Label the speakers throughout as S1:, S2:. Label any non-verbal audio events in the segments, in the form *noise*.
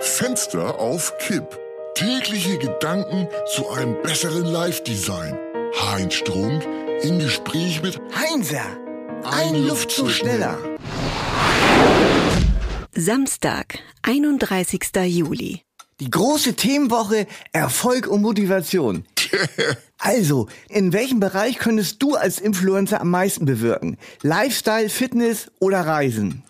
S1: Fenster auf Kipp. Tägliche Gedanken zu einem besseren Live-Design. Heinz Strunk im Gespräch mit
S2: Heinzer,
S1: Ein Luftzug ne? schneller.
S3: Samstag, 31. Juli.
S2: Die große Themenwoche Erfolg
S1: *laughs*
S2: und Motivation. Also, in welchem Bereich könntest du als Influencer am meisten bewirken? Lifestyle, Fitness oder Reisen?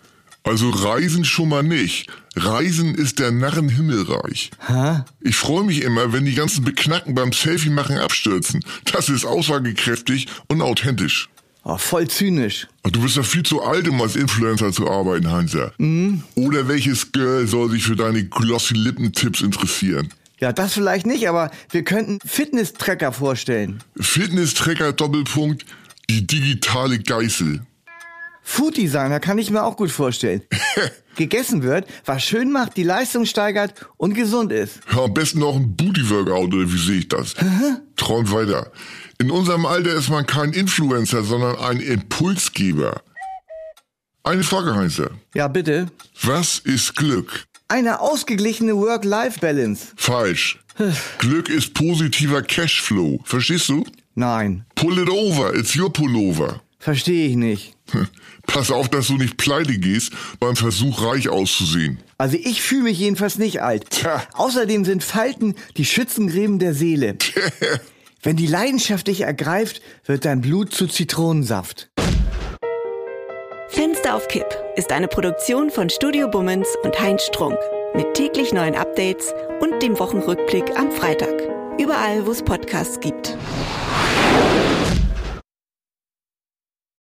S1: Also Reisen schon mal nicht. Reisen ist der Narrenhimmelreich.
S2: Hä?
S1: Ich freue mich immer, wenn die ganzen Beknacken beim Selfie machen abstürzen. Das ist aussagekräftig und authentisch.
S2: Oh, voll zynisch.
S1: Ach, Du bist ja viel zu alt, um als Influencer zu arbeiten, Hansa. Oder welches Girl soll sich für deine glossy Lippentipps interessieren?
S2: Ja, das vielleicht nicht, aber wir könnten Fitness-Tracker vorstellen.
S1: Fitness-Tracker Doppelpunkt, die digitale Geißel.
S2: Food Designer kann ich mir auch
S1: *laughs*
S2: gut vorstellen. Gegessen wird, was schön macht, die Leistung steigert und gesund ist.
S1: Ja, am besten noch ein Booty-Workout oder wie sehe ich das? Träum weiter. In unserem Alter ist man kein Influencer, sondern ein Impulsgeber. Eine Frage, Heinze.
S2: Ja, bitte.
S1: Was ist Glück?
S2: Eine ausgeglichene Work-Life-Balance.
S1: Falsch. Glück ist positiver Cashflow. Verstehst du?
S2: Nein,
S1: Pull it over, it's your pullover. *laughs*
S2: verstehe ich nicht.
S1: Pass auf, dass du nicht pleite gehst beim Versuch, reich auszusehen.
S2: Also ich fühle mich jedenfalls nicht alt.
S1: Tja.
S2: Außerdem sind Falten die Schützengräben der Seele. Wenn die Leidenschaft dich ergreift, wird dein Blut zu Zitronensaft.
S3: Fenster auf Kipp ist eine Produktion von Studio Bummens und Heinz Strunk. Mit täglich neuen Updates und dem Wochenrückblick am Freitag. Überall, wo es Podcasts gibt.